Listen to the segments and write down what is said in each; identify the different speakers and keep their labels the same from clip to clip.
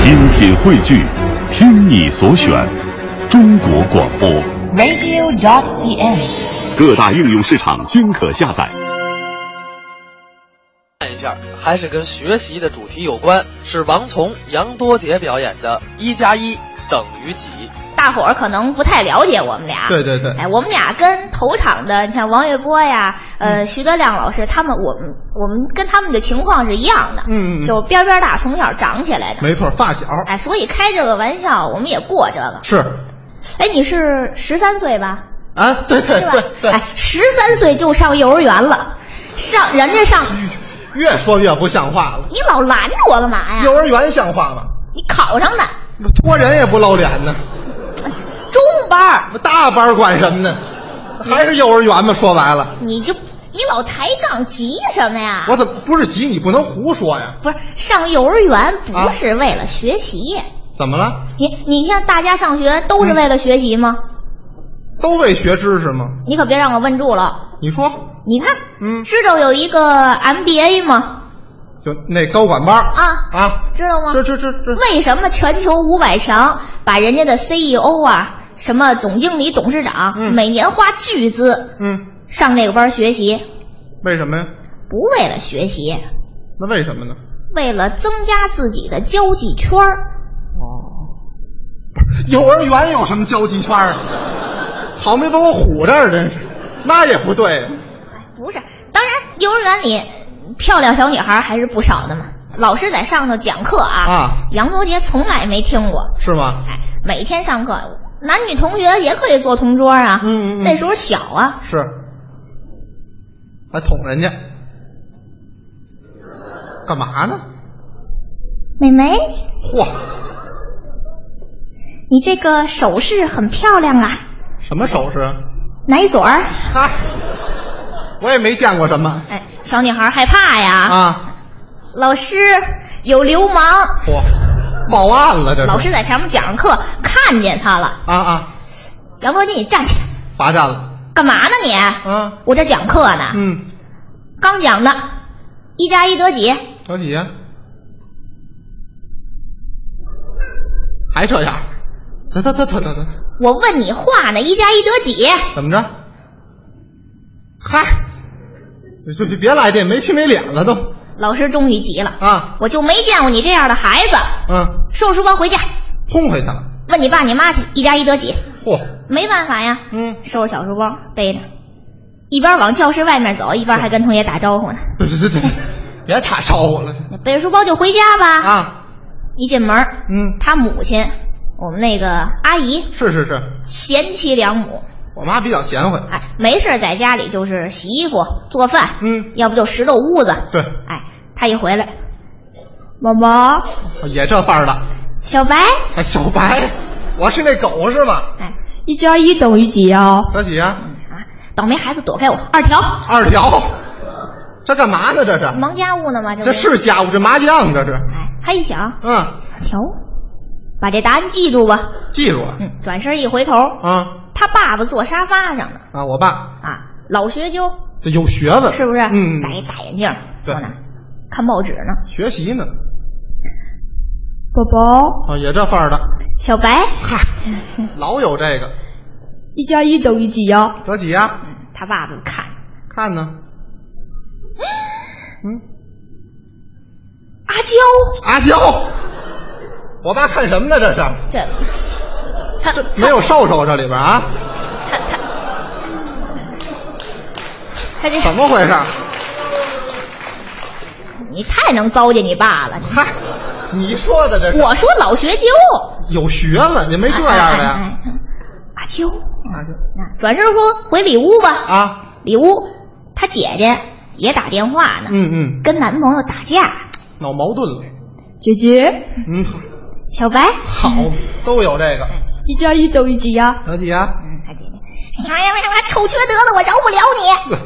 Speaker 1: 精品汇聚，听你所选，中国广播。
Speaker 2: radio.cn。
Speaker 1: 各大应用市场均可下载。
Speaker 3: 看一下，还是跟学习的主题有关，是王从、杨多杰表演的《一加一等于几》。
Speaker 2: 大伙儿可能不太了解我们俩，
Speaker 4: 对对对，
Speaker 2: 哎，我们俩跟头场的，你看王月波呀，
Speaker 4: 嗯
Speaker 2: 呃，徐德亮老师，他们我们我们跟他们的情况是一样的，
Speaker 4: 嗯嗯嗯
Speaker 2: 就边边大，从小长起来的，
Speaker 4: 没错，发小
Speaker 2: 哎，所以开这个玩笑，我们也过这个。
Speaker 4: 是
Speaker 2: 哎，你是十三岁吧？
Speaker 4: 啊，对对
Speaker 2: 是吧
Speaker 4: 对？对
Speaker 2: 哎，，十三岁就上幼儿园了，上人家上，
Speaker 4: 越说越不像话了。
Speaker 2: 你老拦着我干嘛哎呀
Speaker 4: 幼？儿园像话吗？
Speaker 2: 你考上的
Speaker 4: 托人也不露脸呢，
Speaker 2: 中班儿，
Speaker 4: 大班管什么呢？还是幼儿园吗？说白了，
Speaker 2: 你就你老抬杠急什么呀？
Speaker 4: 我怎么不是急？你不能胡说呀？
Speaker 2: 不是上幼儿园不
Speaker 4: 啊
Speaker 2: 是为了学习，
Speaker 4: 怎么了？
Speaker 2: 你你像大家上学都是为了学习吗？
Speaker 4: 都为学知识吗？
Speaker 2: 你可别让我问住了。
Speaker 4: 你说，
Speaker 2: 你看，
Speaker 4: 嗯
Speaker 2: 知道有一个 MBA 吗？
Speaker 4: 就那高管班
Speaker 2: 啊
Speaker 4: 啊，
Speaker 2: 知道吗？
Speaker 4: 这这这这
Speaker 2: 为什么全球五百强把人家的 CEO 啊、什么总经理、董事长、
Speaker 4: 嗯
Speaker 2: 每年花巨资
Speaker 4: 嗯，
Speaker 2: 上这个班学习？
Speaker 4: 为什么呀？
Speaker 2: 不为了学习，
Speaker 4: 那为什么呢？
Speaker 2: 为了增加自己的交际圈儿。
Speaker 4: 幼儿园有什么交际圈啊？好没把我唬这儿，真是，那也不对呀。
Speaker 2: 不是，当然幼儿园里漂亮小女孩还是不少的嘛。老师在上头讲课啊，
Speaker 4: 啊
Speaker 2: 杨多杰从来没听过。
Speaker 4: 是吗？
Speaker 2: 哎，每天上课，男女同学也可以坐同桌啊。
Speaker 4: 嗯嗯嗯
Speaker 2: 那时候小啊，
Speaker 4: 是，还捅人家，干嘛呢？
Speaker 2: 美眉，
Speaker 4: 嚯，
Speaker 2: 你这个首饰很漂亮啊，
Speaker 4: 什么首饰？
Speaker 2: 奶嘴儿。
Speaker 4: 哈，我也没见过什么
Speaker 2: 哎，小女孩害怕呀。
Speaker 4: 啊！
Speaker 2: 老师有流氓，
Speaker 4: 嚯，报案了这是？
Speaker 2: 老师在上面讲着课，看见他了。
Speaker 4: 啊啊，
Speaker 2: 杨多杰，你站起来，
Speaker 4: 罚站了
Speaker 2: 干嘛呢你？
Speaker 4: 啊！
Speaker 2: 我这讲课呢，
Speaker 4: 嗯，
Speaker 2: 刚讲的，一加一得几？
Speaker 4: 着急呀？还这样？得得得得得得，
Speaker 2: 我问你话呢，一加一得几？
Speaker 4: 怎么着？嗨，你就别来这没皮没脸了都
Speaker 2: 老师终于急了，
Speaker 4: 啊！
Speaker 2: 我就没见过你这样的孩子。
Speaker 4: 嗯。
Speaker 2: 收拾书包回家，
Speaker 4: 轰回去了。
Speaker 2: 问你爸你妈去，一加一得几？
Speaker 4: 嚯，
Speaker 2: 没办法呀，
Speaker 4: 嗯，
Speaker 2: 收拾小书包背着，一边往教室外面走，一边还跟同学打招呼呢。
Speaker 4: 对对对对，别太烧我了
Speaker 2: 背着书包就回家吧。
Speaker 4: 啊！
Speaker 2: 一进门，
Speaker 4: 嗯，
Speaker 2: 他母亲，我们那个阿姨，
Speaker 4: 是是是，
Speaker 2: 贤妻良母，
Speaker 4: 我妈比较贤惠。
Speaker 2: 哎，没事儿在家里就是洗衣服、做饭，
Speaker 4: 嗯，
Speaker 2: 要不就拾掇屋子。
Speaker 4: 对，
Speaker 2: 哎，她一回来，毛毛，
Speaker 4: 也这范儿的。
Speaker 2: 小白，
Speaker 4: 哎小白，我是那狗是吗？
Speaker 2: 哎，一加一等于几啊？
Speaker 4: 得几啊？
Speaker 2: 啊，倒霉孩子躲开我，二条，
Speaker 4: 二条，这干嘛呢？这是
Speaker 2: 忙家务呢吗？这不
Speaker 4: 这是家务，这麻将这是。
Speaker 2: 哎，他一想，
Speaker 4: 嗯，
Speaker 2: 条，把这答案记住吧。
Speaker 4: 记住啊
Speaker 2: 嗯，转身一回头，
Speaker 4: 啊
Speaker 2: 他爸爸坐沙发上呢，
Speaker 4: 啊！我爸
Speaker 2: 啊，老学究
Speaker 4: 这有学问，
Speaker 2: 是不是？
Speaker 4: 嗯，
Speaker 2: 戴一大眼镜，
Speaker 4: 对
Speaker 2: 坐那儿看报纸呢。
Speaker 4: 学习呢
Speaker 2: 宝宝，
Speaker 4: 啊，也这范儿的。
Speaker 2: 小白，
Speaker 4: 嗨， 老有这个，
Speaker 2: 一加一等于几呀、
Speaker 4: 得几啊？
Speaker 2: 他爸爸看
Speaker 4: 看呢，
Speaker 2: 阿娇，
Speaker 4: 阿娇，我爸看什么呢？这是
Speaker 2: 这他
Speaker 4: 这没有瘦瘦这里边啊？
Speaker 2: 他他他这
Speaker 4: 怎么回事？
Speaker 2: 你太能糟践你爸了。
Speaker 4: 嗨，你说的这是
Speaker 2: 我说老学究，
Speaker 4: 有学问，你没这样的
Speaker 2: 哎
Speaker 4: 呀？
Speaker 2: 哎哎阿娇，那转身说回里屋吧。
Speaker 4: 啊，
Speaker 2: 里屋，她姐姐也打电话呢，
Speaker 4: 嗯嗯，
Speaker 2: 跟男朋友打架。
Speaker 4: 闹矛盾了，
Speaker 2: 姐姐，
Speaker 4: 嗯，
Speaker 2: 小白，
Speaker 4: 好，都有这个，
Speaker 2: 一加一等于几呀、
Speaker 4: 得几 啊？
Speaker 2: 嗯，她姐姐，哎呀呀呀呀，臭缺德的，我饶不了你。
Speaker 4: 呵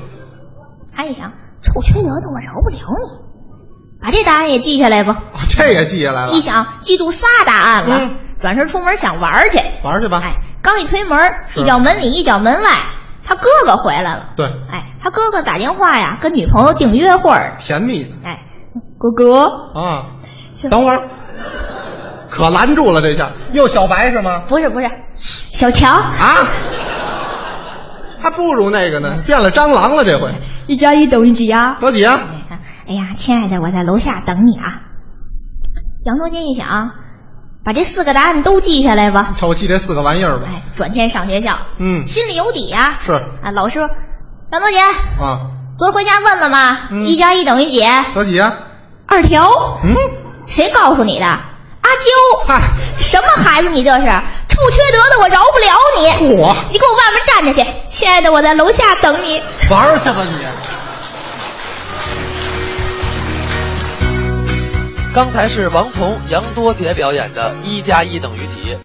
Speaker 2: 她一想，臭缺德的，我饶不了你，把这答案也记下来吧。
Speaker 4: 啊 这也记下来了
Speaker 2: 一，想，记住仨答案了，
Speaker 4: 嗯
Speaker 2: 转身出门想玩儿去。
Speaker 4: 玩去吧。
Speaker 2: 哎，刚一推门，
Speaker 4: 是
Speaker 2: 一脚门里一脚门外，他哥哥回来了。
Speaker 4: 对，
Speaker 2: 哎，他哥哥打电话呀，跟女朋友订约会儿。
Speaker 4: 甜蜜的
Speaker 2: 哎，哥哥，
Speaker 4: 啊
Speaker 2: 小，
Speaker 4: 等会儿，可拦住了，这下又小白是吗？
Speaker 2: 不是不是，小强，
Speaker 4: 啊，还不如那个呢，变了蟑螂了这回，
Speaker 2: 一加一等于几呀、
Speaker 4: 得几啊？
Speaker 2: 哎呀，亲爱的，我在楼下等你啊。杨多金一想，把这四个答案都记下来吧。
Speaker 4: 瞅记这四个玩意儿吧，
Speaker 2: 哎，转天上学校，
Speaker 4: 嗯
Speaker 2: 心里有底呀、啊。
Speaker 4: 是
Speaker 2: 啊，老师，杨多杰，
Speaker 4: 啊，
Speaker 2: 昨儿回家问了吗？
Speaker 4: 嗯
Speaker 2: 一加一等于几？
Speaker 4: 得几啊？
Speaker 2: 二条。
Speaker 4: 嗯，
Speaker 2: 谁告诉你的？阿娇。
Speaker 4: 嗨，
Speaker 2: 什么孩子，你这是臭缺德的，我饶不了你！
Speaker 4: 我
Speaker 2: 你给我外面站着去，亲爱的，我在楼下等你。
Speaker 4: 玩儿去吧你，
Speaker 3: 刚才是王从、杨多杰表演的《一加一等于几》。